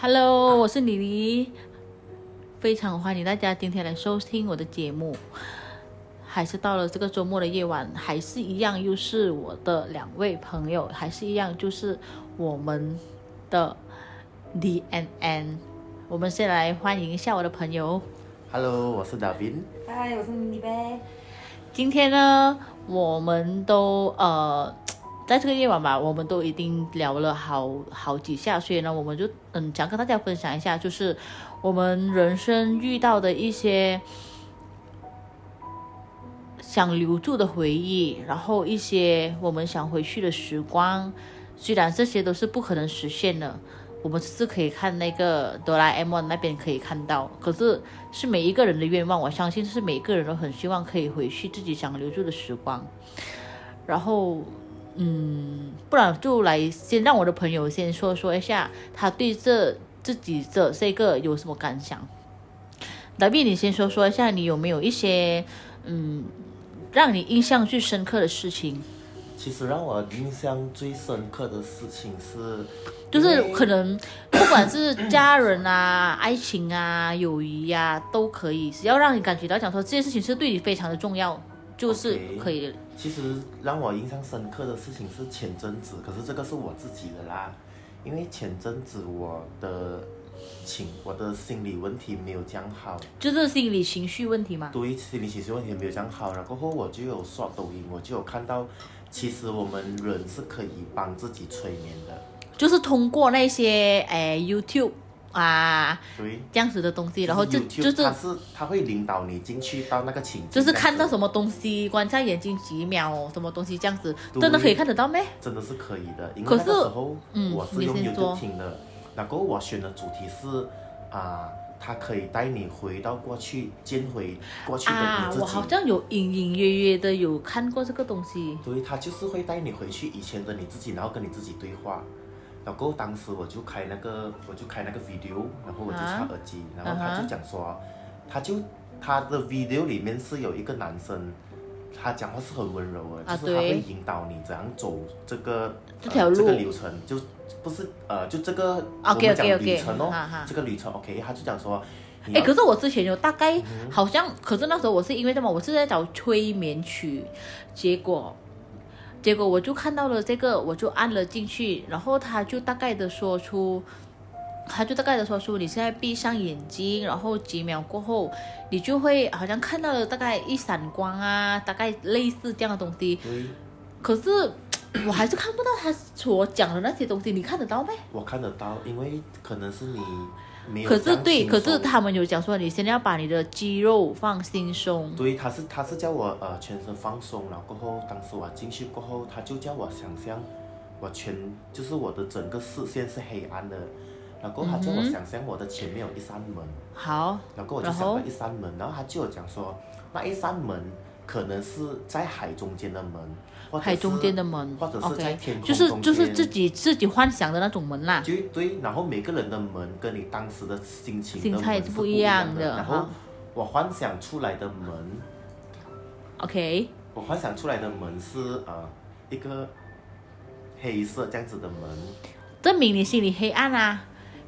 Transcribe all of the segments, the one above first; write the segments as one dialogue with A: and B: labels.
A: Hello，我是李黎，非常欢迎大家今天来收听我的节目。还是到了这个周末的夜晚，还是一样，又是我的两位朋友，还是一样，就是我们的李 N N。我们先来欢迎一下我的朋友。
B: Hello，我是 David。
C: 嗨，哎我是米呗。
A: 今天呢，我们都呃，在这个夜晚吧，我们都已经聊了好好几下，所以呢，我们就嗯，想跟大家分享一下，就是我们人生遇到的一些想留住的回忆，然后一些我们想回去的时光，虽然这些都是不可能实现的。我们是可以看那个哆啦 A 梦那边可以看到，可是是每一个人的愿望，我相信是每个人都很希望可以回去自己想留住的时光。然后，嗯，不然就来先让我的朋友先说说一下他对这自己的这个有什么感想。达比，你先说说一下，你有没有一些嗯让你印象最深刻的事情？
B: 其实让我印象最深刻的事情是，
A: 就是可能不管是家人 啊、爱情啊、友谊啊，都可以，只要让你感觉到讲说这件事情是对你非常的重要，就是可以。
B: 其实让我印象深刻的事情是前阵子，可是这个是我自己的啦，因为前阵子我的情我的心理问题没有讲好，
A: 就是心理情绪问题嘛。
B: 对心理情绪问题没有讲好，然后过后我就有刷抖音，我就有看到，其实我们人是可以帮自己催眠的，
A: 就是通过那些诶 YouTube 啊
B: 对。
A: 这样子的东西，然后就就
B: YouTube
A: 是
B: 它是它会引导你进去到那个情境，
A: 就是看到
B: 么
A: 什么东西，关上眼睛几秒，什么东西这样子，
B: 对
A: 真的可以看得到没？
B: 真的是可以的，因为
A: 可
B: 那
A: 是
B: 个时候
A: 嗯
B: 我是
A: 你
B: 用
A: 先说
B: YouTube 听的，然后我选的主题是啊、它可以带你回到过去，见回过去的
A: 啊
B: 你，自
A: 我
B: 己。
A: 好像有隐隐约约的有看过这个东西。
B: 对，它就是会带你回去以前的你自己，然后跟你自己对话。然后当时我就开那个，我就开那个 video，然后我就插
A: 啊
B: 耳机，然
A: 嗯
B: 后
A: 哼
B: 他就讲说，他就他的 video 里面是有一个男生，他讲话是很温柔的，
A: 啊
B: 就是他会
A: 对
B: 引导你怎样走这个
A: 这条路啊
B: 呃、这个流程，就不是呃就这个
A: OK，OK，OK，
B: 我们讲旅程哦
A: 哈哈
B: 这个旅程 OK，他就讲说，你
A: 哎、
B: 要
A: 可是我之前有大概好像，可是那时候我是因为什么？我是在找催眠曲，结果，结果我就看到了这个，我就按了进去，然后他就大概的说出，他就大概的说出，你现在闭上眼睛，然后几秒过后，你就会好像看到了大概一闪光啊，大概类似这样的东西。
B: 对，
A: 可是 我还是看不到他所讲的那些东西，你看得到没？
B: 我看得到，因为可能是你没有
A: 可
B: 这
A: 是
B: 样
A: 对，
B: 轻
A: 可是
B: 松
A: 他们有讲说，你现在要把你的肌肉放轻松。
B: 对，他是他是叫我呃全身放松，然后过后当时我进去过后，他就叫我想象我全就是我的整个视线是黑暗的，然后他叫我想象我的前面有一扇门，
A: 好，
B: 然后我就
A: 然
B: 想到
A: 后
B: 一扇门，然后他就有讲说那一扇门可能是在海中间的门，或者
A: 海中
B: 是
A: 间的门
B: 或者是在
A: ，OK，
B: 天空
A: 就是
B: 中
A: 就是
B: 间
A: 自己自己幻想的那种门啦。
B: 就对，然后每个人的门跟你当时的心情
A: 心
B: 的
A: 态
B: 门
A: 是
B: 是
A: 不一
B: 一
A: 样
B: 的，
A: 的
B: 然后
A: 哈
B: 我幻想出来的门
A: OK，
B: 我幻想出来的门是呃一个黑色这样子的门，
A: 证明你心里黑暗啊。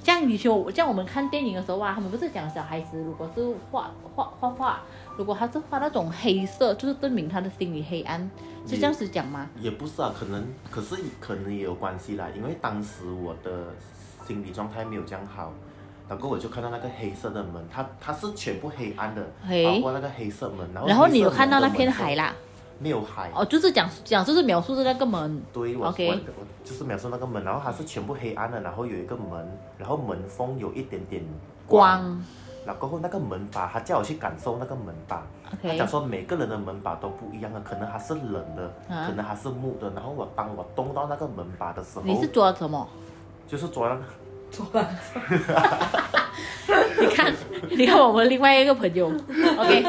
A: 像以前我像我们看电影的时候啊，他们不是讲小孩子如果是画画画画，如果他是画那种黑色，就是证明他的心里黑暗，是这样子讲吗？
B: 也不是啊，可能可是可能也有关系啦，因为当时我的心理状态没有这样好，然后我就看到那个黑色的门，它它是全部黑暗的，
A: 嘿
B: 包括那个黑色门，然后
A: 然后
B: 黑色
A: 你有
B: 门
A: 看到
B: 的
A: 那片
B: 门缝
A: 海？啦？
B: 没有海，
A: 哦，就是讲讲就是描述的那个门。
B: 对，我
A: OK
B: 我我就是描述那个门，然后它是全部黑暗的，然后有一个门，然后门缝有一点点
A: 光
B: 然后那个门把，他叫我去感受那个门把。他
A: OK，
B: 讲说每个人的门把都不一样啊的，可能它是冷的，
A: 啊
B: 可能它是木的。然后我当我动到那个门把的时候，
A: 你是做什么？
B: 就是昨天
C: 做完
A: 你看，你看我们另外一个朋友，OK，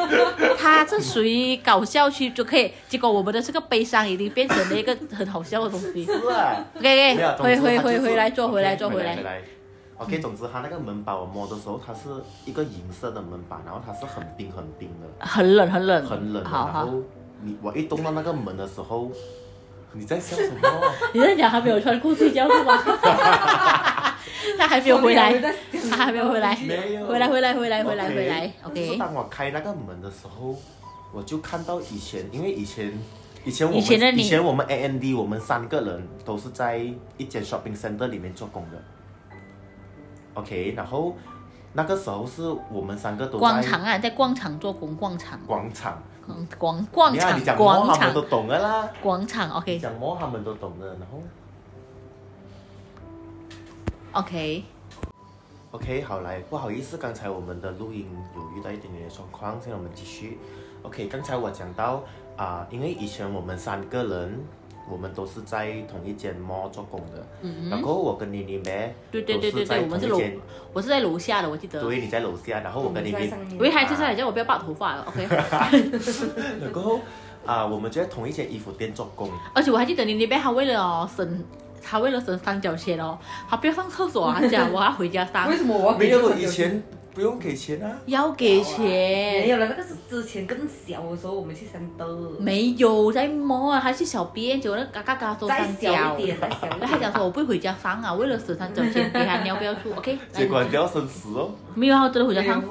A: 他是属于搞笑区就可以，结果我们的这个悲伤已经变成了一个很好笑的东西。
B: 是 啊，
A: OK
B: 没
A: OK，
B: 有总之
A: 回回
B: 它
A: 哎回回来做
B: 就是 OK，
A: 回来做
B: 回
A: 回来。嗯
B: 来。OK，总之它那个门把我摸的时候，它是一个银色的门把，然后它是很冰很冰的，
A: 很冷很冷，
B: 很冷
A: 嗯
B: 的。
A: 好
B: 然
A: 好，
B: 后你我一动到那个门的时候， 你在笑什么？
A: 你在讲他没有穿裤睡觉是吧？他还没有回来
C: 我以为在，
A: 他还没有回来，
B: 没有
A: 回来回来回来回来回来
B: OK 就是
A: ，OK。
B: 当我开那个门的时候，我就看到以前，因为以前。以前我
A: 以前的
B: 们
A: 你
B: 以前我们 A N D 我们三个人都是在一间 shopping center 里面做工的，OK，然后那个时候是我们三个都在
A: 广场啊，在广场做工，广场，
B: 广场，
A: 广广广
B: 你看
A: 场
B: 你，讲么
A: 广
B: 他们
A: 场
B: 都，懂的啦，
A: 广场
B: 你
A: ，OK
B: 讲么他们都懂的，然后
A: OK。
B: OK，好来，不好意思，刚才我们的录音有遇到一点点状况，现在我们继续。OK，刚才我讲到啊、因为以前我们三个人，我们都是在同一间 mall 做工的，
A: 嗯
B: 然后我跟妮妮呗，
A: 对对对
B: 都
A: 对
B: 是在
A: 对，我
B: 同
A: 们
B: 一
A: 是楼
B: 间，，
A: 我是在楼下的，我记得。
B: 对，你在楼下，然后我跟妮
C: 在
B: 妮
C: 上，面
A: 喂，还接下来叫我不要拔头发了，OK？
B: 然后啊、我们就在同一间衣服店做工，
A: 而且我还记得你那边他为了哦省，他为了省三角钱哦，他不要上厕所啊，他讲我要回家上
C: 为，什么我要
B: 没
C: 给
B: 有
C: 这个
B: 以前不用给钱啊，
A: 要给
C: 没
A: 钱。
C: 有了，那个是之前更小的时候我们去山兜，
A: 没有在摸啊，他去小便，结果那嘎嘎嘎说
C: 再
A: 三
C: 小
A: 角
C: 一，点，再小一
A: 然后他
C: 点。
A: 讲说我不会回家上啊，为了省三角钱给他，你要不要住？OK？
B: 结果
A: 来
B: 你要生死哦。
A: 没有，他真的回家
C: 没有
A: 上，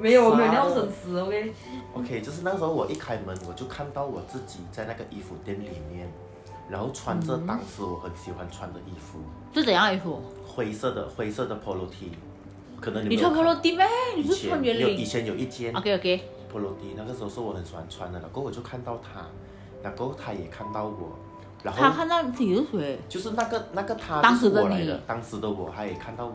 C: 没有，我没有尿损失，OK。
B: OK，就是那时候我一开门，我就看到我自己在那个衣服店里面，然后穿着当时我很喜欢穿的衣服，
A: 是怎样的衣服？
B: 灰色的灰色的 polo T，可能你
A: 你
B: 没有
A: 穿
B: 看
A: polo 底咩？你
B: 以
A: 是穿
B: 前
A: 圆
B: 有以
A: 领
B: 前有一间
A: ？OK OK，
B: polo T，那个时候是我很喜欢穿的，然后我就看到他，然后他也看到我，然
A: 他
B: 后
A: 看到你是谁？
B: 就是那个那个他
A: 当时
B: 就是
A: 的
B: 我来
A: 你
B: 的，当时的我，他也看到我，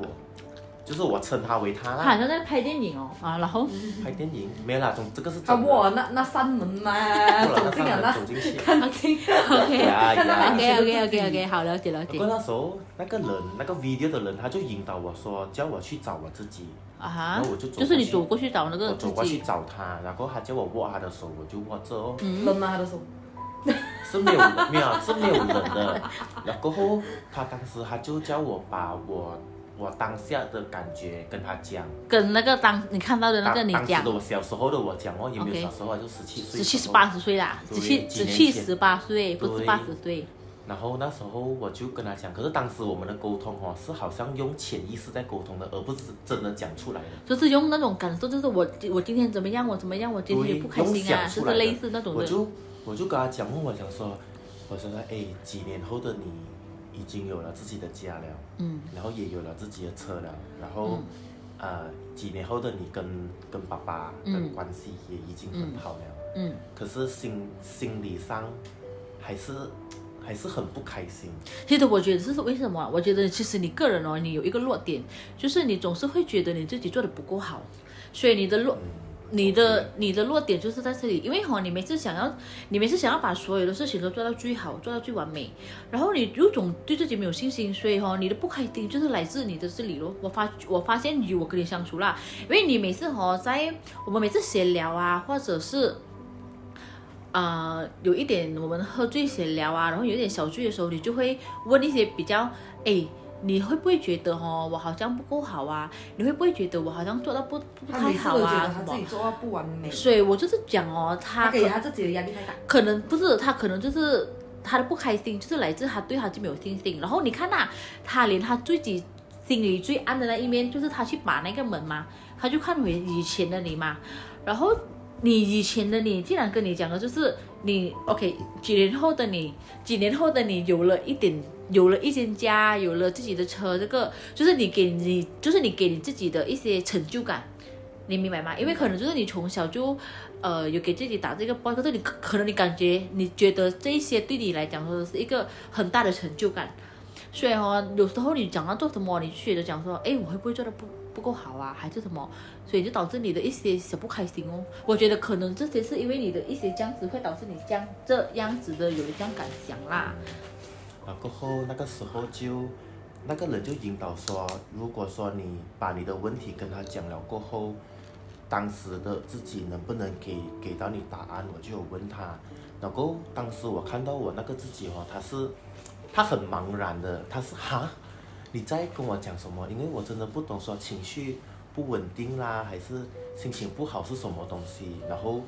B: 就是我称他为他
A: 他
B: 啦
A: 好，像在拍电影哦啊，然后
B: 拍电影没有啦，总这个是
C: 他
B: 真的，
C: 啊哇，那那扇门嘛，
B: 过了
C: 走
B: 那三
C: 进了
B: 人
C: 那
B: 走进 去。哎
A: OK OK
B: 呀 呀
A: OK OK OK OK，好了解了
B: 不
A: 解
B: 过那时候那个人，那个 video 的人，他就引导我说，叫我去找我自己。
A: 啊哈
B: 然后我就，走
A: 就是你
B: 过去
A: 走过去找那
B: 我
A: 个自
B: 走过去
A: 己，
B: 找他，然后他叫我握他的手，我就握着哦，
C: 扔了他的手，
B: 是没有没有是没有人的。然后他当时他就叫我把我我当下的感觉跟他讲，
A: 跟那个当你看到的那
B: 当
A: 个你
B: 当时
A: 讲
B: 的，我小时候的我讲哦，也没
A: OK
B: 有小时候啊，就十七岁，
A: 只去十八。十岁啦，
B: 对
A: 只去
B: 几
A: 只
B: 年
A: 去
B: 前
A: 十八岁，不是
B: 对
A: 八十岁，
B: 然后那时候我就跟他讲，可是当时我们的沟通哦，是好像用潜意识在沟通的，而不是真的讲出来的。
A: 就是用那种感受，就是我我今天怎么样，我怎么样，我今天
B: 对
A: 也不开心啊，
B: 用想
A: 就
B: 出
A: 是
B: 来的
A: 类似那种
B: 我
A: 的。
B: 就我就跟他讲，问我讲说，我说哎，几年后的你已经有了自己的家了，
A: 嗯，
B: 然后也有了自己的车了，然后、
A: 嗯
B: 呃，几年后的你跟跟爸爸
A: 嗯
B: 的关系也已经很好了，
A: 嗯，
B: 可是心心理上还是还是很不开心。
A: 其实我觉得这是为什么啊？我觉得其实你个人哦，你有一个弱点，就是你总是会觉得你自己做的不够好，所以你的弱
B: 嗯，
A: 你的你的弱点就是在这里，因为哈、你每次想要，你每次想要把所有的事情都做到最好，做到最完美，然后你又总对自己没有信心，所以哈、你的不开心就是来自你的这里咯。我发我发现与我跟你相处啦，因为你每次哈、在我们每次闲聊啊，或者是。呃，有一点我们喝醉闲聊啊，然后有一点小醉的时候，你就会问一些比较，哎，你会不会觉得哦，我好像不够好啊？你会不会觉得我好像做到不不
C: 他
A: 太
C: 每次
A: 好
C: 都觉得
A: 啊？
C: 他
A: 什
C: 自
A: 么
C: 己？做到不完美，
A: 所以我就是讲哦，他
C: 他
A: 可
C: 给嗯他自己的压力太大。
A: 可能不是他，可能就是他的不开心，就是来自他对他自己没有信心。然后你看呐、他连他自己心里最暗的那一面，就是他去把那个门嘛，他就看回以前的你嘛。然后你以前的你，竟然跟你讲的就是你 OK，几年后的你，几年后的你有了一点。有了一间家，有了自己的车，这个就是你给你，就是你给你自己的一些成就感，你明白吗？因为可能就是你从小就，呃，有给自己打这个包，可是你可可能你感觉你觉得这一些对你来讲说是一个很大的成就感，所以哦，有时候你讲要做什么，你就觉得讲说，哎，我会不会做的不不够好啊，还是什么，所以就导致你的一些小不开心哦。我觉得可能这些是因为你的一些这样子会导致你这样这样子的有这样感想啦。
B: 然后过后那个时候就，那个人就引导说，如果说你把你的问题跟他讲了过后，当时的自己能不能给给到你答案，我就有问他。然后当时我看到我那个自己哦，他是，他很茫然的，他是哈，你在跟我讲什么？因为我真的不懂说情绪不稳定啦，还是心情不好是什么东西。然后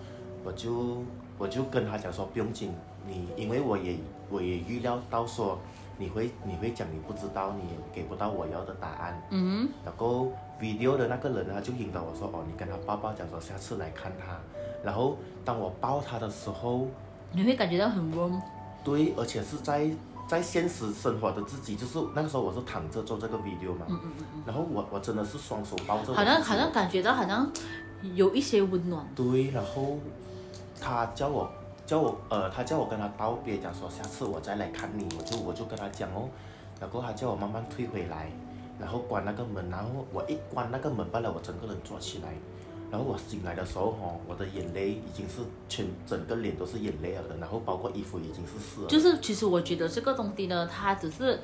B: 我就我就跟他讲说不用紧，你因为我也我也预料到说你会你会讲你不知道，你也给不到我要的答案。
A: 嗯
B: 然后 video 的那个人他就引导我说，哦，你跟他抱抱，讲说下次来看他。然后当我抱他的时候，
A: 哼，你会感觉到很 warm，
B: 对，而且是在在现实生活的自己，就是那个时候我是躺着做这个 video
A: 嗯
B: 嘛，然后我我真的是双手抱着我自己，
A: 好像好像感觉到好像有一些温暖。
B: 对，然后他叫我叫我呃，他叫我跟他道别，讲说下次我再来看你，我就我就跟他讲哦，然后他叫我慢慢退回来，然后关那个门，然后我一关那个门罢了，我整个人坐起来，然后我醒来的时候哦，我的眼泪已经是全整个脸都是眼泪了的，然后包括衣服已经是湿了，
A: 就是其实我觉得这个东西呢，它只是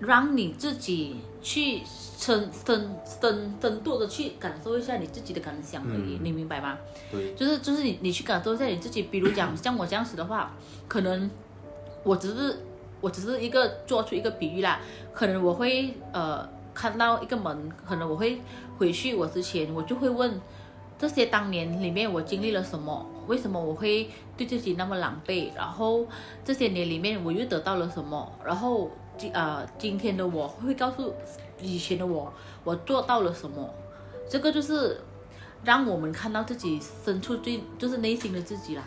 A: 让你自己去深深深深度的去感受一下你自己的感想而已，
B: 嗯
A: 你明白吗？
B: 对，
A: 就是就是你你去感受一下你自己，比如讲像我这样子的话，可能我只是我只是一个做出一个比喻啦，可能我会呃看到一个门，可能我会回去我之前我就会问这些当年里面我经历了什么，为什么我会对自己那么狼狈，然后这些年里面我又得到了什么，然后今呃今天的我会告诉以前的我我做到了什么，这个就是让我们看到自己深处最就是内心的自己啦。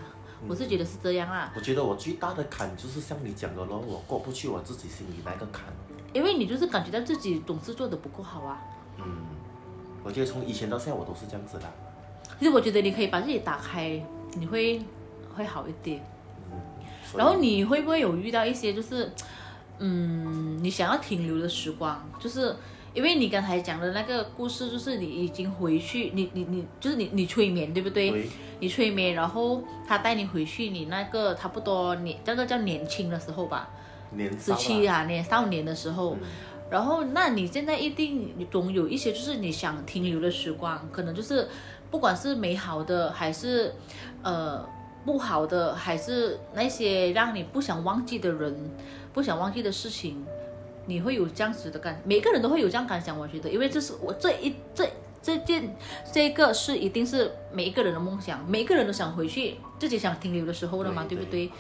A: 我是觉得是这样啊啦，
B: 我觉得我最大的坎就是像你讲的咯，我过不去我自己心里那个坎，
A: 因为你就是感觉到自己总是做的不够好啊。
B: 嗯，我觉得从以前到现在我都是这样子的。
A: 其实我觉得你可以把自己打开，你会会好一点。
B: 嗯，所以
A: 然后你会不会有遇到一些就是，嗯，你想要停留的时光，就是因为你刚才讲的那个故事，就是你已经回去，你你你就是你你催眠对不对？
B: 对
A: 你催眠，然后他带你回去你那个差不多你那个叫年轻的时候吧，
B: 年
A: 十
B: 少
A: 七
B: 啊，
A: 啊年少年的时候。
B: 嗯
A: 然后，那你现在一定你总有一些就是你想停留的时光，可能就是不管是美好的还是呃不好的，还是那些让你不想忘记的人、不想忘记的事情，你会有这样子的感，每个人都会有这样感想，我觉得，因为这是我这一这这件这个是一定是每一个人的梦想，每一个人都想回去自己想停留的时候的嘛，
B: 对
A: 对不
B: 对
A: 对？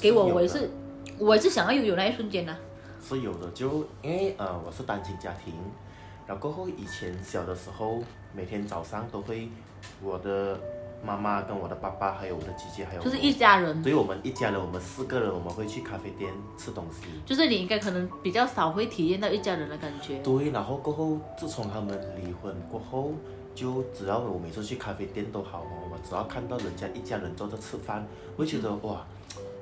A: 给我，
B: 有
A: 我也
B: 的
A: 是，我也是想要拥有那一瞬间呐、啊
B: 是有的，就因为呃我是单亲家庭，然后过后以前小的时候，每天早上都会我的妈妈跟我的爸爸还有我的姐姐还有
A: 就是
B: 我
A: 一家人。
B: 对我们一家人，我们四个人我们会去咖啡店吃东西。
A: 就是你应该可能比较少会体验到一家人的感觉。
B: 对，然后过后，自从他们离婚过后，就只要我每次去咖啡店都好哦，我只要看到人家一家人坐着吃饭，我会觉
A: 嗯
B: 得哇，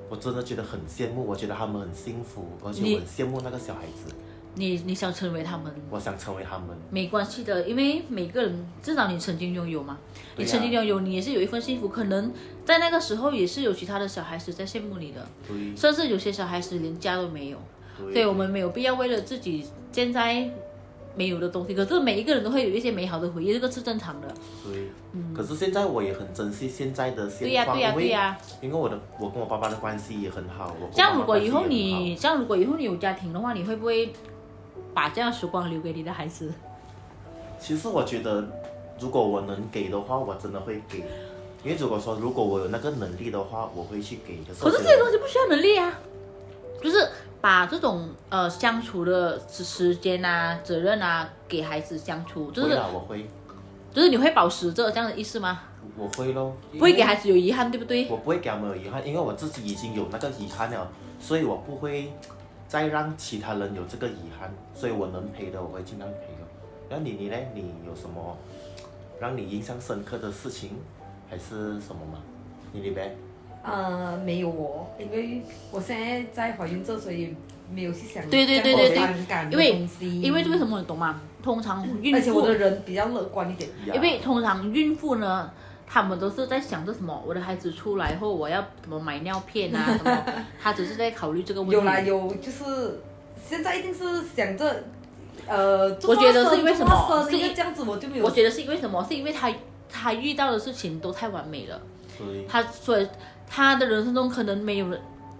B: 我真的觉得很羡慕，我觉得他们很幸福，而且
A: 你
B: 我很羡慕那个小孩子，
A: 你你想成为他们，
B: 我想成为他们。
A: 没关系的，因为每个人至少你曾经拥有嘛，
B: 对
A: 你
B: 啊
A: 曾经拥有，你也是有一份幸福，可能在那个时候也是有其他的小孩子在羡慕你的，
B: 对
A: 甚至有些小孩子连家都没有，
B: 对
A: 所以我们没有必要为了自己现在没有的东西，可是每一个人都会有一些美好的回忆，这个是正常的。嗯
B: 对，可是现在我也很珍惜现在的现
A: 对呀、
B: 况，
A: 对呀、
B: 因为
A: 对呀、
B: 因为我的我跟我爸爸的关系也很好，我跟我
A: 这样
B: 妈妈
A: 如果以后
B: 关系也很好
A: 你，这样如果以后你有家庭的话，你会不会把这样的时光留给你的孩子？
B: 其实我觉得，如果我能给的话，我真的会给。因为如果说如果我有那个能力的话，我会去给。可是
A: 可
B: 我
A: 是
B: 觉
A: 这
B: 得
A: 些东西不需要能力啊，就是把这种呃相处的时时间啊、责任啊给孩子相处，就
B: 会
A: 是
B: 啦，我会，
A: 就是你会保持着这样的意思吗？
B: 我会咯。
A: 不会给孩子有遗憾，对不对？
B: 我不会给他们有遗憾，因为我自己已经有那个遗憾了，所以我不会再让其他人有这个遗憾。所以我能陪的，我会尽量陪的。那你你呢？你有什么让你印象深刻的事情，还是什么吗？你那边
C: 呃，没有我，因为我现在在怀孕这，所以没有去想
A: 对对
C: 这样
B: 对对
C: 伤感的
A: 因为
C: 东西
A: 因为为什么你懂吗？通常孕
C: 而且我
A: 妇
C: 的，人比较乐观一点，
B: 呀
A: 因为通常孕妇呢。他们都是在想着什么，我的孩子出来后我要怎么买尿片啊， 什么，他只是在考虑这个问题。
C: 有啦有，就是现在一定是想着，呃，
A: 我觉得
C: 做到
A: 是因为什么
C: 做到生
A: 是因
C: 因为这样子我就没有
A: 我觉得是因为什么？是因为他他遇到的事情都太完美了，
B: 对
A: 他所以他的人生中可能没有，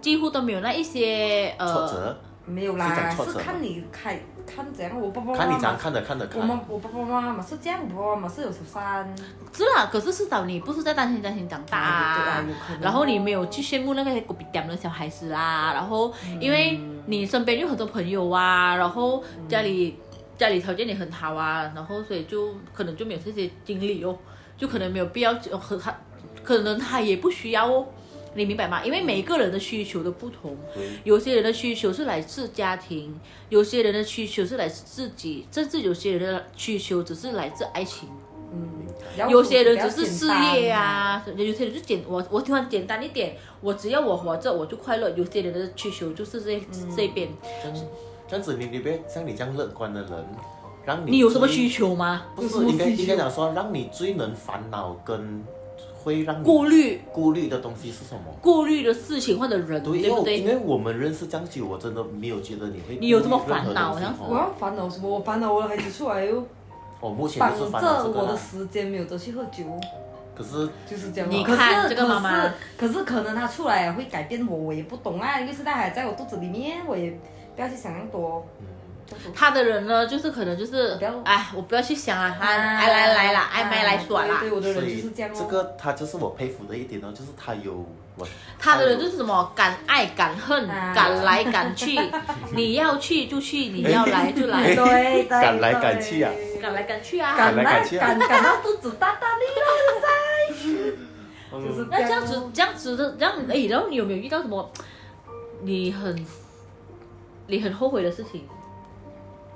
A: 几乎都没有那一些
B: 挫
A: 呃，
B: 折，
C: 没有
B: 是
C: 啦，
B: 讲挫折
C: 是
B: 吗
C: 看你开看怎样，我爸爸
B: 看
C: 妈
B: 你怎样
C: 妈，
B: 看的看的
C: 我
B: 看。
C: 妈我爸爸妈妈是这样，我爸爸妈妈是有小三，
A: 是啦。可是至少你不是在单亲家庭长大、
C: 啊有可能
A: 然后你没有去羡慕那个狗比点的小孩子啦。然后因为你身边有很多朋友啊，然后家里、家里条件也很好啊，然后所以就可能就没有这些经历哦，就可能没有必要呃和他，可能他也不需要哦，你明白吗？因为每个人的需求都不同，
B: 对
A: 有些人的需求是来自家庭，有些人的需求是来自自己，甚至有些人的需求只是来自爱情。
C: 嗯，
A: 有些人只是事业，啊，有些人就简我我喜欢简单一点，我只要我活着我就快乐。有些人的需求就是这、这边，
B: 这样这样子你你别像你这样乐观的人，让你
A: 你有什么
B: 最
A: 需？求吗？
B: 不是
C: 有什么
B: 应该
C: 需求
B: 应该讲说，让你最能烦恼跟会让你
A: 顾虑
B: 顾虑的东西是什么？
A: 顾虑的事情或者人，对
B: 对，因为
A: 不
B: 我因
A: 对？
B: 为我们认识这样久，我真的没有觉得你会
A: 你有这么
B: 顾虑任何
A: 烦恼
B: 东西
A: 这样子
C: 我
B: 哦
C: 要烦恼什么？我烦恼我的孩子出来又
B: 我目前
C: 绑
B: 就是烦恼
C: 着
B: 这
C: 我
B: 个
C: 的
B: 啦。
C: 时间，没有得去喝酒，
B: 可是
C: 就是这样咯。
A: 你看
C: 可是
A: 这个妈妈
C: 可是可是可能他出来也会改变我，我也不懂啊，因为现在还在我肚子里面，我也不要去想那么多。
A: 他嗯的人呢，就是可能就是
C: 不要，
A: 哎，我不要去想啊，哎哎来来啦，哎麦来耍
C: 啊
A: 啦
C: 对，。对我的
B: 所
C: 人就
B: 以
C: 是这样哦。
B: 这个他就是我佩服的一点哦，就是他有我
A: 他的人就是什么敢爱敢恨，
C: 啊
A: 敢来敢 去，你要去就去，你要来就
C: 对
A: 来，
C: 对对，
B: 赶来赶去啊
A: 敢来敢去啊。
C: 赶
B: 来赶
C: 来
B: 去啊
C: 赶赶到肚子大大的了，
B: 嗯
C: 就是
A: 那这样子，这样子的，这样哎，然后你有没有遇到什么你很你很后悔的事情？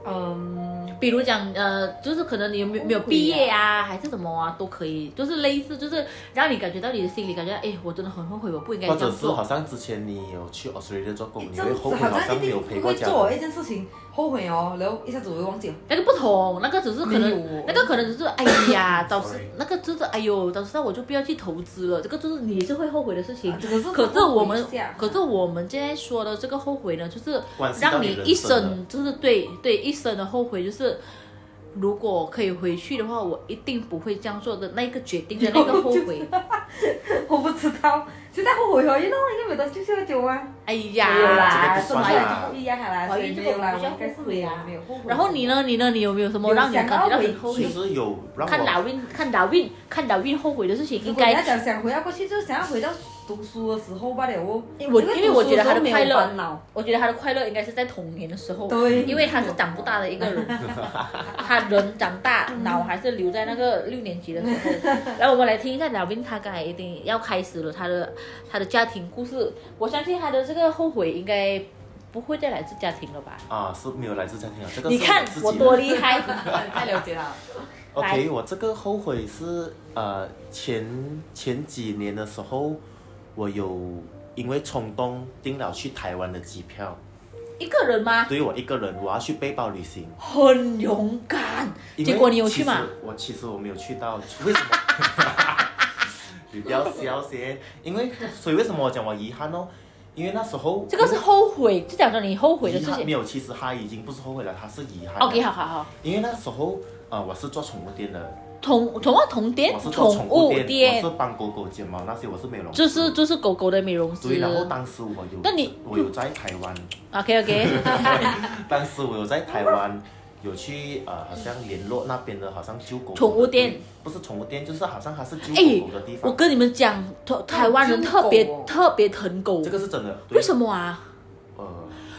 C: 嗯。
A: 比如讲，呃，就是可能你有没有
C: 后悔啊
A: 没有毕业啊，还是什么啊，都可以，就是类似，就是让你感觉到你的心里感觉，哎，我真的很后悔，我不应该
B: 或
A: 这
B: 者
A: 样
B: 是
A: 做。
B: 好像之前你有去 Australia 做工，
C: 诶
B: 哦你
C: 这
B: 会
C: 样子
B: 后悔
C: 好
B: 像
C: 像
B: 没
C: 一
B: 有
C: 定
B: 陪过
C: 会
B: 家
C: 做
B: 人。
C: 一件事情后悔哦，然后一下子我就忘记了。
A: 那个不同，那个只是可
C: 没有
A: 能，那个可能只是哎 呀，导致
B: Sorry
A: 那个就是哎呦，导致那我就不要去投资了，这个就是你是会后悔的事情。
C: 啊这个是
A: 可是我们
C: 后悔一下，
A: 可是我们现在说的这个后悔呢，就是
B: 关系到
A: 让
B: 你
A: 你
B: 人
A: 一
B: 生的
A: 生就是对对一生的后悔，就是如果可以回去的话，我一定不会这样做的那个决定的那个后悔。
C: 我不知道，现在后悔哦，因为那应该没得去喝酒啊。
A: 哎
C: 没有
A: 呀，
C: 啦，
B: 这个不
A: 什
C: 所以
A: 么
B: 算
A: 呀？
B: 啦
C: 就不一样啦，
A: 怀
C: 所
A: 孕
C: 以
A: 这
C: 没
A: 个
C: 有啦，
A: 不叫
C: 应该
A: 后
C: 是
A: 悔
C: 没有
A: 啊
C: 没有后悔。
A: 然后你呢？你呢？你有没有什么
C: 有
A: 让你
C: 想
A: 感
C: 到
A: 觉到很
C: 回
A: 后
B: 其
A: 悔？
B: 实有让
A: 看
B: 我
A: 打运，看打运，看打运后悔的事情，
C: 如
A: 应
C: 果你
A: 该
C: 要讲想回到过去，就想要回到读书的时候罢了哦。
A: 因为我因为我觉得他的
C: 读书时候没有
A: 快乐
C: 烦恼，
A: 我觉得他的快乐应该是在童年的时候，
C: 对
A: 因 为他是长不大的一个 人，他人长大，脑还是留在那个六年级的时候。来，我们来听一下老兵，他刚才一定要开始了他的他的家庭故事，我相信他的这个后悔应该不会再来自家庭了吧？
B: 啊是没有来自家庭啊，这个
A: 你
B: 是
A: 看
B: 自己
A: 我
B: 的
A: 多厉害！
C: 太了解了。
B: OK，我这个后悔是呃前前几年的时候，我有因为冲动订了去台湾的机票，
A: 一个人吗？
B: 对于我一个人我要去背包旅行。
A: 很勇敢，
B: 因为
A: 结果你有去
B: 其
A: 吗
B: 实？我其实我没有去到，为什么？ 你不要笑先，因为所以为什么我讲我遗憾哦？因为那时候
A: 这个是后悔，就讲着你后悔的
B: 遗
A: 事
B: 憾没
A: 情。
B: 有，其实他已经不是后悔了，他是遗憾了。
A: OK，好好好，
B: 因为那时候呃我是做宠物店的，
A: 同同啊同店
B: 我哦是做
A: 宠
B: 宠物哦
A: 店
B: 我，是帮狗狗剪毛那些，我是美容师。
A: 就是就是狗狗的美容
B: 对，
A: 师。
B: 然后当时我有，
A: 那你
B: 我有在台湾，
A: OK OK，
B: 当时我有在台湾有去呃，好像联络那边的，好像救狗狗的
A: 宠物店，
B: 不是宠物店，就是好像它是救
A: 哎
B: 狗狗的地
A: 我
B: 方。
A: 跟你们讲，台台湾人特别
C: 真狗哦
A: 特别疼狗
B: 这，个是真的，对
A: 为什么啊？
B: 呃，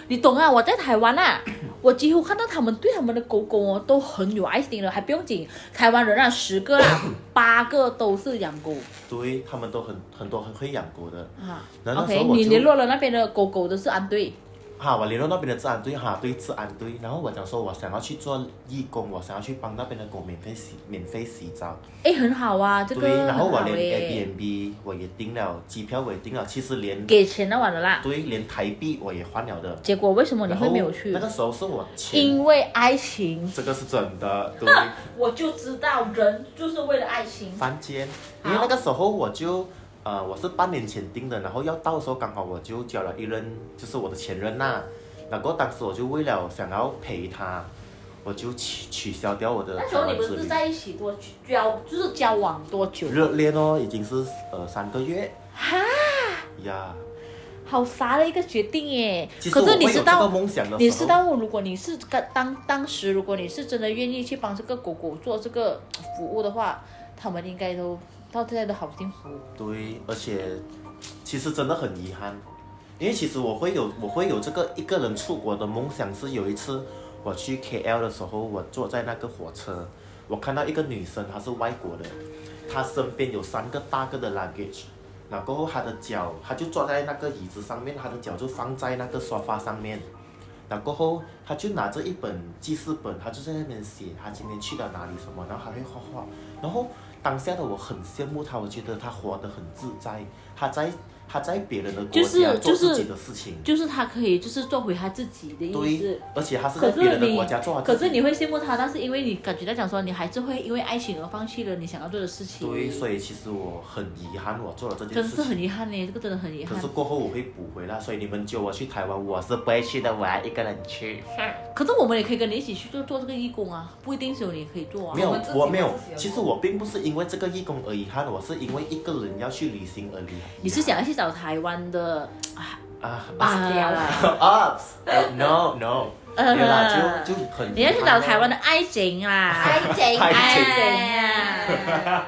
A: 你懂啊？我在台湾 啊，我几乎看到他们对他们的狗狗哦都很有爱心的，还不用紧，台湾人啊十个 啦八个都是养狗
B: 对他们都很很多很会养狗的。
A: 啊。
B: 然后那时
A: OK，
B: 候我
A: 你联
B: 就
A: 络了那边的狗狗的是安队，
B: 哈，我联络那边的治安队哈，对治安队，然后我讲说我想要去做义工，我想要去帮那边的狗免费洗免费洗澡。
A: 哎，很好啊，这个
B: 对，然后
A: 很
B: 我
A: 好
B: 连
A: 哎，
B: Airbnb 我也订了，机票我也订了，其实连
A: 给钱那完了啦。
B: 对连台币我也换了的。
A: 结果为哦什么你
B: 然
A: 会
B: 后
A: 没有去
B: 那？个时候是我前，
A: 因为爱情，
B: 这个是真的， 对，
A: 我就知道人就是为了爱情。
B: 翻间，因为那个时候我就。呃，我是半年前订的，然后要到的时候刚好我就交了一任，就是我的前任呐、然后当时我就为了想要陪他，我就取取消掉我的
A: 那时
B: 台
A: 候
B: 湾
A: 你们
B: 之
A: 是
B: 旅。
A: 在一起多久交，就是交往多久？
B: 热恋哦，已经是呃三个月
A: 哈，
B: 呀。
A: 好傻的一个决定耶！
B: 其实
A: 可
B: 我
A: 是你
B: 会有
A: 知
B: 这个
A: 道，
B: 梦想的时候，
A: 你知道，如果你是跟当当时，如果你是真的愿意去帮这个狗狗做这个服务的话，他们应该都到现在都好幸福。
B: 对，而且其实真的很遗憾，因为其实我会有我会有这个一个人出国的梦想，是有一次我去 KL 的时候，我坐在那个火车，我看到一个女生，她是外国的，她身边有三个大个的 luggage，然后过后她的脚，她就坐在那个椅子上面，她的脚就放在那个沙发上面，然后过后她就拿着一本记事本，她就在那边写她今天去了哪里什么，然后还会画画，然后当下的我很羡慕她，我觉得她活得很自在，她在她在别人的国
A: 就是
B: 家做
A: 就是
B: 自己的事情。
A: 就是他可以就是做回他自己的意思
B: 对。，而且他是
A: 可
B: 在
A: 是
B: 别人的
A: 你
B: 国家做他自己
A: 可是你会羡慕他，但是因为你感觉到讲说，你还是会因为爱情而放弃了你想要做的事情。
B: 对，所以其实我很遗憾，我做了这件
A: 真
B: 事
A: 是
B: 情。
A: 很遗憾呢，这个真的很遗
B: 可
A: 憾
B: 是。过后我会补回来，所以你们叫我去台湾，我是不会去的，我要一个人去。
A: 可是我们也可以跟你一起去做做这个义工啊，不一定只有你可以做啊
B: 没。有
C: 我们自，己
B: 我没有
C: 自己。有
B: 其实我并不是因为这个义工而遗憾，我是因为一个人要去旅行而遗憾。
A: 你是想要去找台湾的
B: 啊
A: 啊？
C: 聊
B: 啊？No No，没有啦，就就很遗 憾。
A: 你要去找台湾的爱情啊啦，
C: 情
B: 爱情
A: 啊
C: 呀！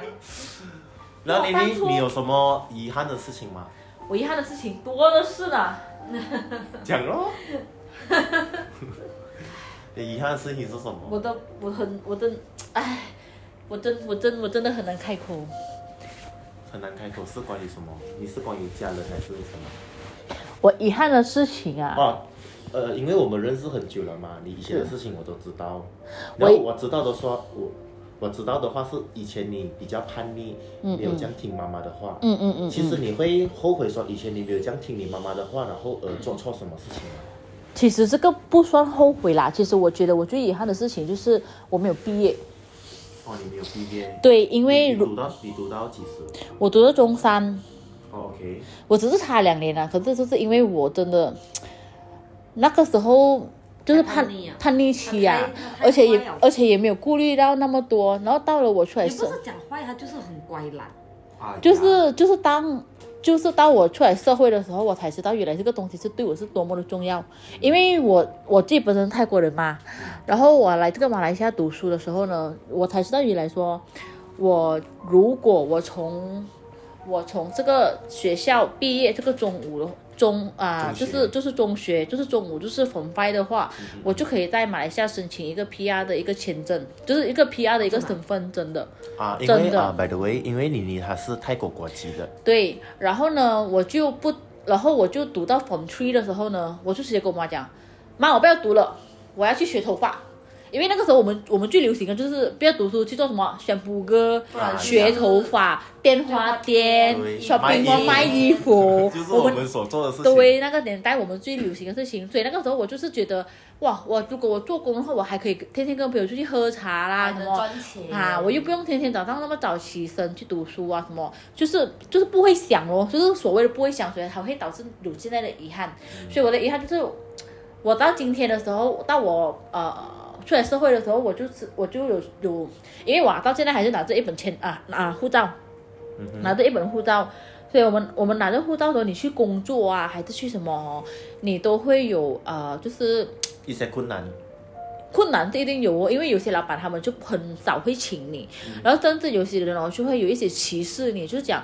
B: 然后
A: 我
B: 你
A: 当初
B: 你你有什么遗憾的事情吗？
A: 我遗憾的事情多的是呢。
B: 讲咯。 你遗憾的事情是什么？
A: 我的我很我真，唉，我真我真我真的很难开口。
B: 很难开口，是关于什么？你是关于家人还是什么？
A: 我遗憾的事情啊，
B: 哦，呃，因为我们认识很久了嘛，你以前的事情我都知道。
A: 我
B: 然后我知道的说，我我知道的话是以前你比较叛逆，没有这样听妈妈的话。
A: 嗯嗯嗯，
B: 其实你会后悔说以前你没有这样听你妈妈的话，然后而做错什么事情吗？
A: 其实这个不算后悔啦。其实我觉得我最遗憾的事情就是我没有毕业。
B: 哦，你没有毕业。
A: 对，因为
B: 你你
A: 如
B: 读到你读到几时？
A: 我读到中三，
B: 哦，OK，
A: 我只是差两年啊。可是就是因为我真的那个时候就是叛
C: 叛逆啊
A: 叛逆期呀、
C: 他太他太
A: 而且也
C: 乖了
A: 而且也没有顾虑到那么多。然后到了我出来
C: 也不
A: 社，
C: 是讲坏，他就是很乖懒。
B: 啊，
A: 就是就是当。就是到我出来社会的时候，我才知道原来这个东西是对我是多么的重要。因为我我自己本身是泰国人嘛，然后我来这个马来西亚读书的时候呢，我才知道原来说，我如果我从我从这个学校毕业，这个中午的中啊、
B: 中学
A: 就是就是中学，就是中午就是 from five 的话，我就可以在马来西亚申请一个 PR 的一个签证，就是一个 PR 的一个身份，真的。
B: 啊，因
A: 真
B: 为
A: 的
B: 啊，by the way，因为你你他是泰国国籍的，
A: 对，然后呢，我就不，然后我就读到 form three 的时候呢，我就直接跟我妈讲，妈，我不要读了，我要去学头发。因为那个时候我们我们最流行的就是不要读书，去做什么选补歌、
C: 不然
B: 就是
A: 学头发、电话店
B: 对、
A: shopping mall
B: 卖衣服，
A: 卖衣服
B: 就是
A: 我
B: 我
A: 们
B: 们所做的事情。
A: 对那个年代我们最流行的事情，所以那个时候我就是觉得，哇，我如果我做工的话，我还可以天天跟朋友出去喝茶啦，什么
C: 钱
A: 啊，我又不用天天早上那么早起身去读书啊，什么，就是就是不会想咯，就是所谓的不会想，所以才会导致有现在的遗憾。所以我的遗憾就是，我到今天的时候，到我呃。出来社会的时候，我就是我就有有，因为我啊到现在还是拿着一本签啊啊护照，
B: 嗯哼
A: 拿着一本护照，所以我们我们拿着护照的时候，你去工作啊，还是去什么哦，你都会有呃，就是
B: 一些困难。
A: 困难是一定有哦，因为有些老板他们就很少会请你，然后甚至有些人哦就会有一些歧视你，就是讲。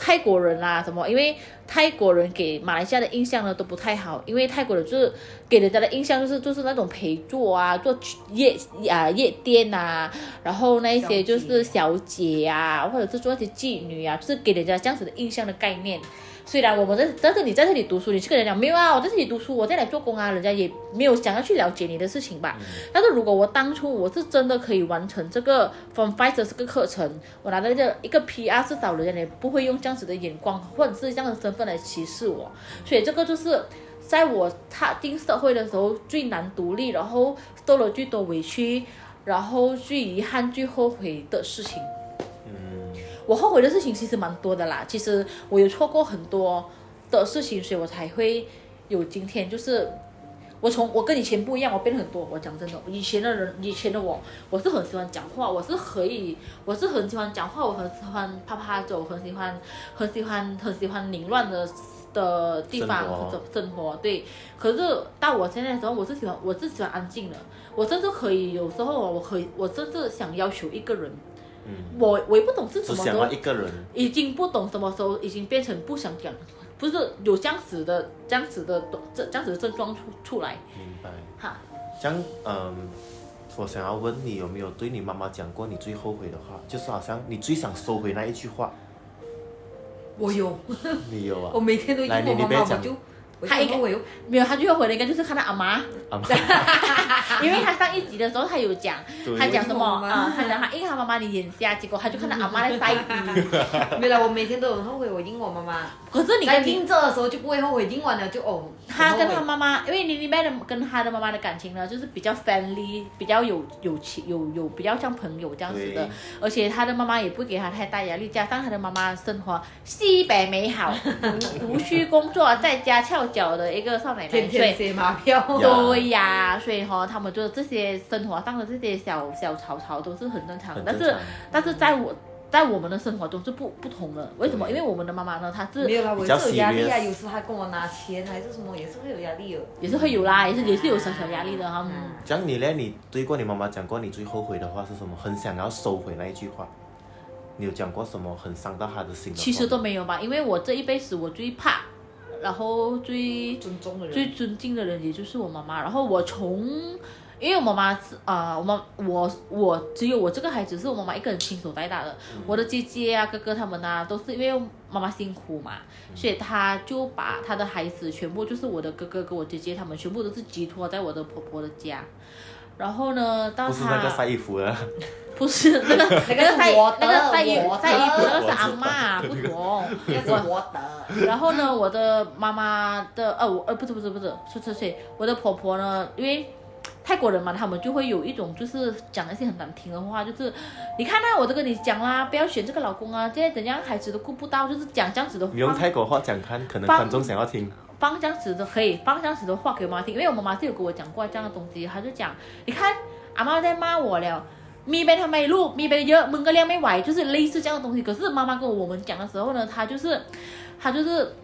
A: 泰国人啦、什么？因为泰国人给马来西亚的印象呢都不太好，因为泰国人就是给人家的印象就是就是那种陪坐啊，做夜啊夜店啊，然后那一些就是小姐啊，或者是做那些妓女啊，就是给人家这样子的印象的概念。虽然我们在，但是你在这里读书，你去跟人家讲没有啊，我在这里读书，我在来做工啊，人家也没有想要去了解你的事情吧。但是如果我当初我是真的可以完成这个 from five 的这个课程，我拿到这一个 PR，至少人家也不会用这样子的眼光或者是这样的身份来歧视我。所以这个就是在我踏进社会的时候最难独立，然后受了最多委屈，然后最遗憾、最后悔的事情。
B: 嗯，
A: 我后悔的事情其实蛮多的啦，其实我有错过很多的事情，所以我才会有今天。就是我从我跟以前不一样，我变得很多。我讲真的，以前的人，以前的我，我是很喜欢讲话，我是可以，我是很喜欢讲话，我很喜欢啪啪走，很喜欢，很喜欢，很喜欢凌乱的。的地方
B: 生活
A: 生生活对，可是到我现在的时候，我是喜欢我是喜欢安静的，我甚至可以有时候哦我可以我甚至想要求一个人，
B: 嗯
A: 我我也不懂是什
B: 只
A: 么
B: 想
A: 时候
B: 要一个人。
A: 已经不懂什么时候已经变成不想讲不是有这样子的这样子的这这样子的症状出出来
B: 明白。
A: 哈。
B: 这样，嗯，我想要问你有没有对你妈妈讲过你最后悔的话？就是好像你最想收回那一 句话，
C: 我有，
B: 你有啊
A: 哦
C: 我？每天都用
B: 来你
C: 我
B: 你
C: 妈
B: 别
C: 妈，我
B: 讲
C: 就我
A: 她应
C: 就
A: 该
C: 我有，
A: 没有，他最后悔的应该就是看到阿妈，
B: 阿妈，
A: 因为他上一集的时候他有讲，
B: 对
A: 他讲什么
C: 我妈妈
A: 啊？他讲他因为他妈妈的眼瞎，结果他就看到阿妈在晒衣。
C: 没了，我每天都很后悔我应我妈妈。
A: 可是你
C: 在
A: 跟你
C: 听这的时候就不会后悔，听完了就哦。
A: 他跟他
C: 很后悔
A: 妈妈，因为林林妹的跟他的妈妈的感情呢，就是比较 friendly，比较有有情有有比较像朋友这样子的
B: 对，
A: 而且他的妈妈也不给他太大压力，加上他的妈妈生活西北美好，无无需工作，在家翘脚的一个少奶奶，
C: 天
A: 所
C: 天
A: 以
C: 写马票，
B: 呀
A: 对呀、所以哈、他们就这些生活上的这些小小吵吵都是很正常，
B: 很
A: 但
B: 正
A: 是
B: 常。
A: 但是在我在我们的生活中是不不同的，为什么？因
B: 对
A: 为我们的妈妈呢，她是
C: 没有啦，我
B: 比
C: 也
B: 较
C: 是有压力啊，
B: serious
C: 有时还跟我拿钱还是什么，也是会有压力的。哦
A: 也是会有啦，也
C: 嗯
A: 是也是有小小压力的哈。嗯
B: 这样你呢？你对过你妈妈讲过你最后悔的话是什么？很想要收回那一句话，你有讲过什么很伤到她的心的话吗？
A: 其实都没有吧，因为我这一辈子我最怕，然后最
C: 尊重的人，
A: 最尊敬的人也就是我妈妈。然后我从，因为我妈妈是啊、我妈我我只有我这个孩子是我妈妈一个人亲手带大的，我的姐姐啊、哥哥他们啊，都是因为妈妈辛苦嘛，所以她就把她的孩子全部就是我的哥哥跟我姐姐他们全部都是寄托在我的婆婆的家。然后呢，到
B: 不是那个晒
A: 她
B: 衣服啊 的，
A: 不是那个
C: 那
A: 那个晒
C: 我的，
A: 那个晒衣
C: 我的
A: 晒衣服那个
B: 我知
A: 是阿妈，不同。
C: 那是我的。
A: 然后呢，我的妈妈的呃，我呃不是不是不是，是是是，我的婆婆呢，因为泰国人嘛，他们就会有一种就是讲一些很难听的话，就是你看啊，我都跟你讲啦，不要选这个老公啊，现在怎样孩子都顾不到，就是讲这样子的话
B: 你，用泰国话讲看，可能
A: 放
B: 观众想要听。
A: 放这样子的可以放这样子的话给我妈听，因为我妈妈是有跟我讲过这样的东西，她就讲，你看阿妈在骂我了。咪被他没录，咪被เยอะมึงก็เลี้ยงไม่ไหว就是类似这样的东西。可是妈妈跟我们讲的时候呢，她就是，她就是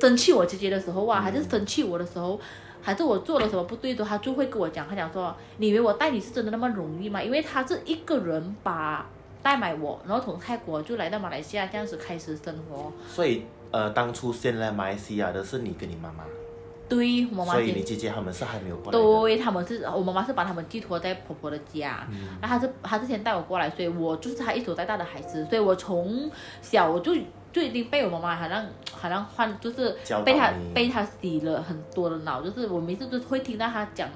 A: 生气我姐姐的时候啊，还是生气我的时候，还是我做了什么不对的时候，她就会跟我讲，她讲说，你以为我带你是真的那么容易吗？因为她是一个人把带买我，然后从泰国就来到马来西亚这样子开始生活。
B: 所以呃，当初先来马来西亚的是你跟你妈妈，
A: 对，我妈妈
B: 所以
A: 姐
B: 你姐姐他们是还没有过来的。
A: 对，他们是我妈妈是把他们寄托在婆婆的家，然后她是她之前带我过来，所以我就是她一手带大的孩子，所以我从小我就就已经被我妈妈好像好像换就是
B: 教导
A: 被她
B: 你
A: 被她洗了很多的脑，就是我每次都会听到她讲，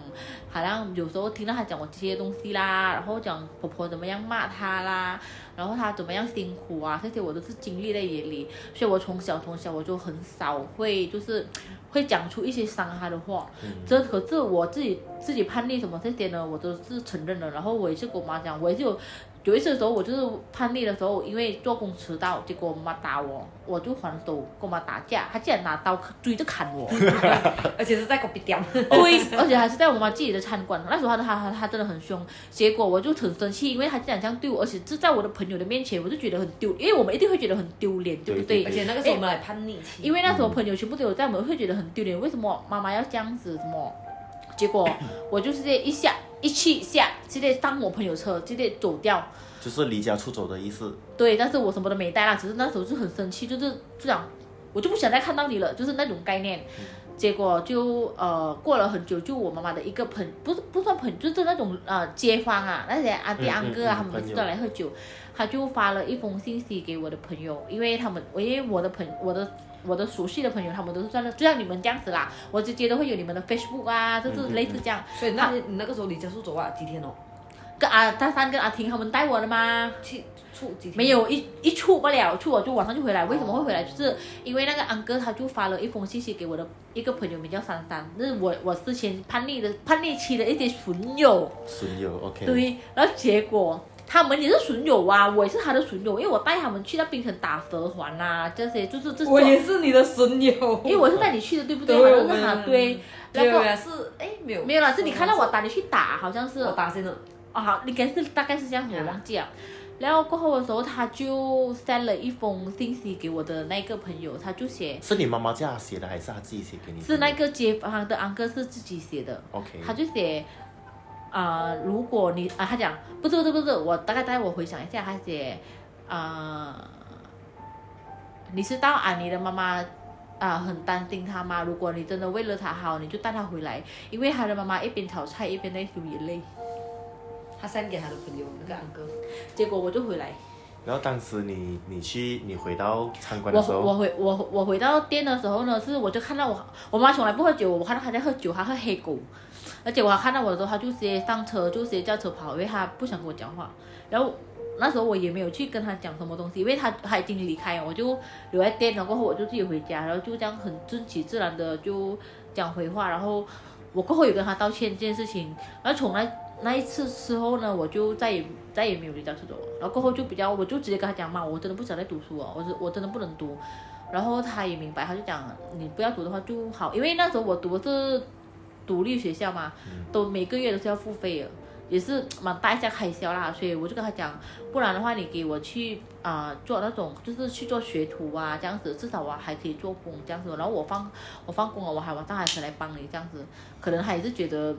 A: 好像有时候听到她讲我这些东西啦，然后讲婆婆怎么样骂她啦，然后她怎么样辛苦啊，这些我都是经历在眼里，所以我从小从小我就很少会就是会讲出一些伤她的话。
B: 嗯
A: 这可是我自己自己叛逆什么这些呢，我都是承认的。然后我也是跟我妈讲，我也是有有一次的时候，我就是叛逆的时候，因为做工迟到，结果我妈打我，我就还手跟我妈打架，她竟然拿刀追着砍我，
C: 而且是在狗逼掉，
A: 对，而且还是在我妈自己的餐馆。那时候她她她她真的很凶，结果我就很生气，因为她竟然这样对我，而且是在我的朋友的面前，我就觉得很丢，因为我们一定会觉得很丢脸，对不
B: 对对
C: 而且那个时候我们来叛逆期，
A: 因
C: 为
A: 为那时候朋友全部都有在，我们会觉得很丢脸。为什么妈妈要这样子？什么？结果我就是这一下一气下，直接上我朋友车，直接走掉。
B: 就是离家出走的意思。
A: 对，但是我什么都没带啦，只是那时候就很生气，就是这样，我就不想再看到你了，就是那种概念。结果就呃过了很久，就我妈妈的一个朋，啊不是不算朋友，就是那种呃街坊啊，那些阿弟
B: 嗯
A: 阿
B: 嗯
A: 哥啊，
B: 嗯
A: 他们每次
B: 朋友
A: 都来喝酒，他就发呃了一封信息给我的朋友，因为他们，因为我的朋我的。我的熟悉的朋友，他们都是在那，就像你们这样子啦，我直接都会有你们的 Facebook 啊，就
B: 嗯
A: 是
B: 嗯
A: 类似这样。
C: 所以那你那个时候离家出走啊，几天哦？
A: 跟阿大三跟阿婷他们带我的嘛，
C: 去出几天？
A: 没，有一一出不了，出我就晚上就回来。为什么会回来？就是因为那个安哥他就发了一封信息给我的一个朋友，名叫珊珊，就是我我之前叛逆的叛逆期的一些损友，
B: 损友，OK。
A: 对，然后结果。他们也是损友啊，我也是他的损友，因为我带他们去那冰城打蛇环啊，这些就是这些，
C: 我也是你的损友，
A: 因为我是带你去的，对不对？
C: 对
A: 好像
C: 我
A: 是
C: 们
A: 他对，
C: 对
A: 然后
C: 啊是哎没有
A: 没有啦，是你看到我打你去打，好像是
C: 我打先了，
A: 啊，好应该是大概是这样子，我
C: 啊
A: 忘记了。然后过后的时候，他就 send 了一封信息给我的那个朋友，他就写
B: 是你妈妈叫她写的，还是她自己写给你的？
A: 是那个街坊的安哥是自己写的，
B: OK。
A: 他就写啊、如果你啊，他讲不是不是不是，我大概带我回想一下，他呃写啊、你知道啊，你的妈妈啊、很担心他妈。如果你真的为了他好，你就带他回来，因为他的妈妈一边炒菜一边在流眼泪。
C: 他散给他的朋友那个安哥，
A: 结果我就回来，
B: 然后当时你你去你回到餐馆
A: 我
B: 的时
A: 我
B: 候，
A: 回我我回到店的时候呢，是我就看到我我妈从来不喝酒，我看到她在喝酒，她喝黑狗，而且我看到我的时候，她就直接上车，就直接叫车跑，因为她不想跟我讲话。然后那时候我也没有去跟她讲什么东西，因为她她已经离开了，我就留在店，然后过后我就自己回家，然后就这样很顺其自然的就讲回话，然后我过后有跟她道歉这件事情，然后从那那一次之后呢，我就再也再也没有离家出走了。然后过后就比较，我就直接跟他讲嘛，我真的不想再读书了，哦我是我真的不能读。然后他也明白，他就讲你不要读的话就好，因为那时候我读的是独立学校嘛，都每个月都是要付费的，也是蛮大一下开销啦。所以我就跟他讲，不然的话你给我去啊、做那种就是去做学徒啊这样子，至少我还可以做工这样子。然后我放我放工了，我还晚上还可以来帮你这样子，可能他也是觉得。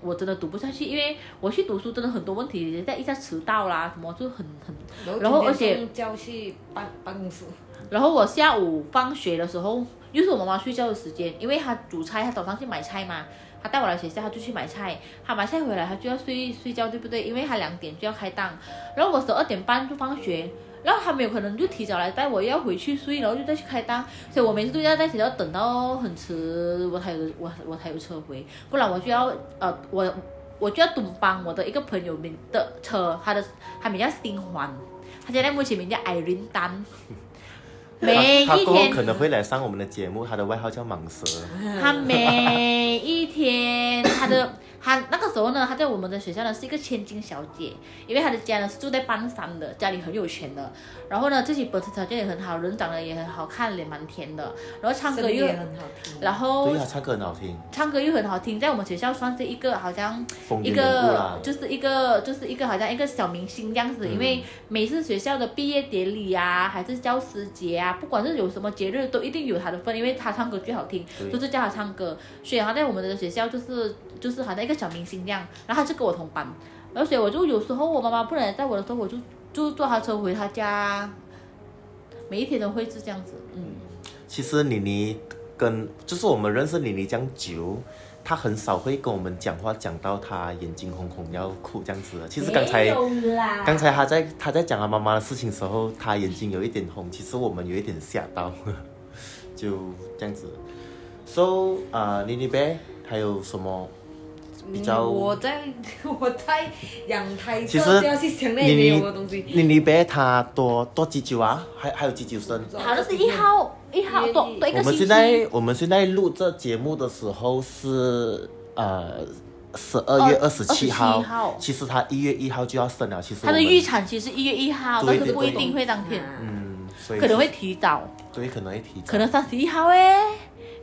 A: 我真的读不下去，因为我去读书真的很多问题，在一下迟到啦，什么就很很然
C: 然后
A: 后而且
C: 今天送叫去办办公室，
A: 然后我下午放学的时候，又是我妈妈睡觉的时间，因为她煮菜，她早上去买菜嘛，她带我来学校，她就去买菜，她买菜回来，她就要睡睡觉，对不对？因为她两点就要开档，然后我十二点半就放学，然后她没有可能就提早来带我，又要回去睡，然后就再去开档，所以我每次都要在学校等到很迟，我才有我我才有车回，不然我就要呃我我就要蹲帮我的一个朋友名的车，他的他名叫新环，他现在目前名叫艾琳丹。每
B: 他
A: 一
B: 他过后
A: 天
B: 可能会来上我们的节目，他的外号叫蟒蛇。
C: 嗯
A: 他每一天，他的他那个时候呢，他在我们的学校呢是一个千金小姐，因为他的家呢是住在半山的，家里很有钱的。然后呢，自己本身条件也很好，人长得也很好看，脸蛮甜的，然后唱歌
C: 声音
A: 又
C: 也，很好听。
A: 然后
B: 对啊，唱歌很好听，
A: 唱歌又很好听，在我们学校算是一个好像
B: 风
A: 一
B: 云人物啦嗯
A: 个。就是一个就是一个好像一个小明星这样子，因为每次学校的毕业典礼啊，还是教师节啊，不管是有什么节日，都一定有他的份，因为他唱歌最好听，
B: 对
A: 就是叫他唱歌，所以他在我们的学校就是就是好像一个小明星这样，然后他就跟我同班，然后所以我就有时候我妈妈不能带我的时候，我就就坐他车回他家，每一天都会是这样子，嗯，
B: 其实妮妮跟就是我们认识妮妮这样久，她很少会跟我们讲话讲到她眼睛红红要哭这样子的。其实刚才
A: 啊
B: 刚才她在她在讲她妈妈的事情的时候，她眼睛有一点红，其实我们有一点吓到， 就这样子。So 啊、妮妮呗，还有什么？比较
C: 嗯我在我在阳台
B: 其
C: 上
B: 实
C: 都要去想那
B: 妮
C: 里面有
B: 妮
C: 的东西。
B: 妮妮呗，她多多几久啊？还还有几久生？
A: 好像是一号一号多多一个
B: 我们
A: 星期
B: 现。在我们现在录这节目的时候是呃十二月二
A: 二
B: 十
A: 27
B: 七号，
A: 号
B: 其实他一月一号就要生了。其实我
A: 他的
B: 们
A: 预产期是一月一号，但
B: 对
A: 是
B: 对
A: 不一定会当天，
C: 啊
B: 嗯，所以
A: 可能会提早，
B: 对可能会提早，
A: 可能三十一号哎。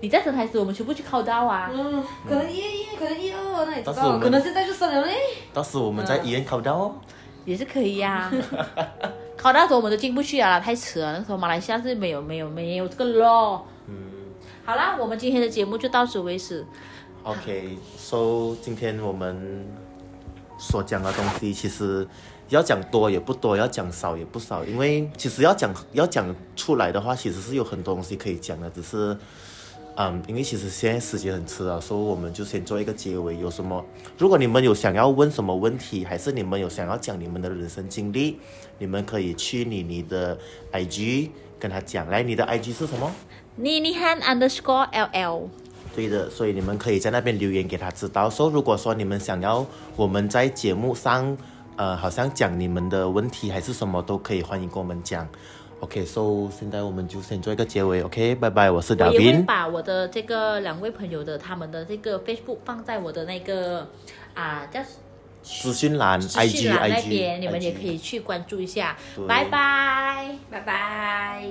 A: 你在生孩子，我们全部去考到啊。
C: 嗯，可能一一，可能一二，那也知
B: 但是我
C: 道，
B: 们
C: 可能现在就生了嘞。
B: 到时我们在
A: 嗯
B: 医院考到哦。
A: 也是可以呀、考到时候我们都进不去了啦，太迟了。那时候马来西亚是没有没有没有这个 law。
B: 嗯
A: 好啦，我们今天的节目就到此为止。
B: ，OK，so 今天我们所讲的东西其实。要讲多也不多，要讲少也不少，因为其实要讲要讲出来的话，其实是有很多东西可以讲的，只是嗯，因为其实现在时间很迟了，所以我们就先做一个结尾。有什么？如果你们有想要问什么问题，还是你们有想要讲你们的人生经历，你们可以去你你的 IG 跟他讲。来，你的 IG 是什么？
A: 妮妮汉 underscore ll，
B: 对的，所以你们可以在那边留言给他知道。说、如果说你们想要我们在节目上，呃，好像讲你们的问题还是什么，都可以欢迎跟我们讲。OK，so、现在我们就先做一个结尾。OK，拜拜，我是
A: 我
B: 达
A: 也会
B: 斌。
A: 把我的这个两位朋友的他们的这个 Facebook 放在我的那个啊叫
B: 资讯栏
A: 资
B: ，IG
A: 讯栏那
B: IG，
A: 边，你们也可以去关注一下
B: 对。
A: 拜拜。
C: 拜拜。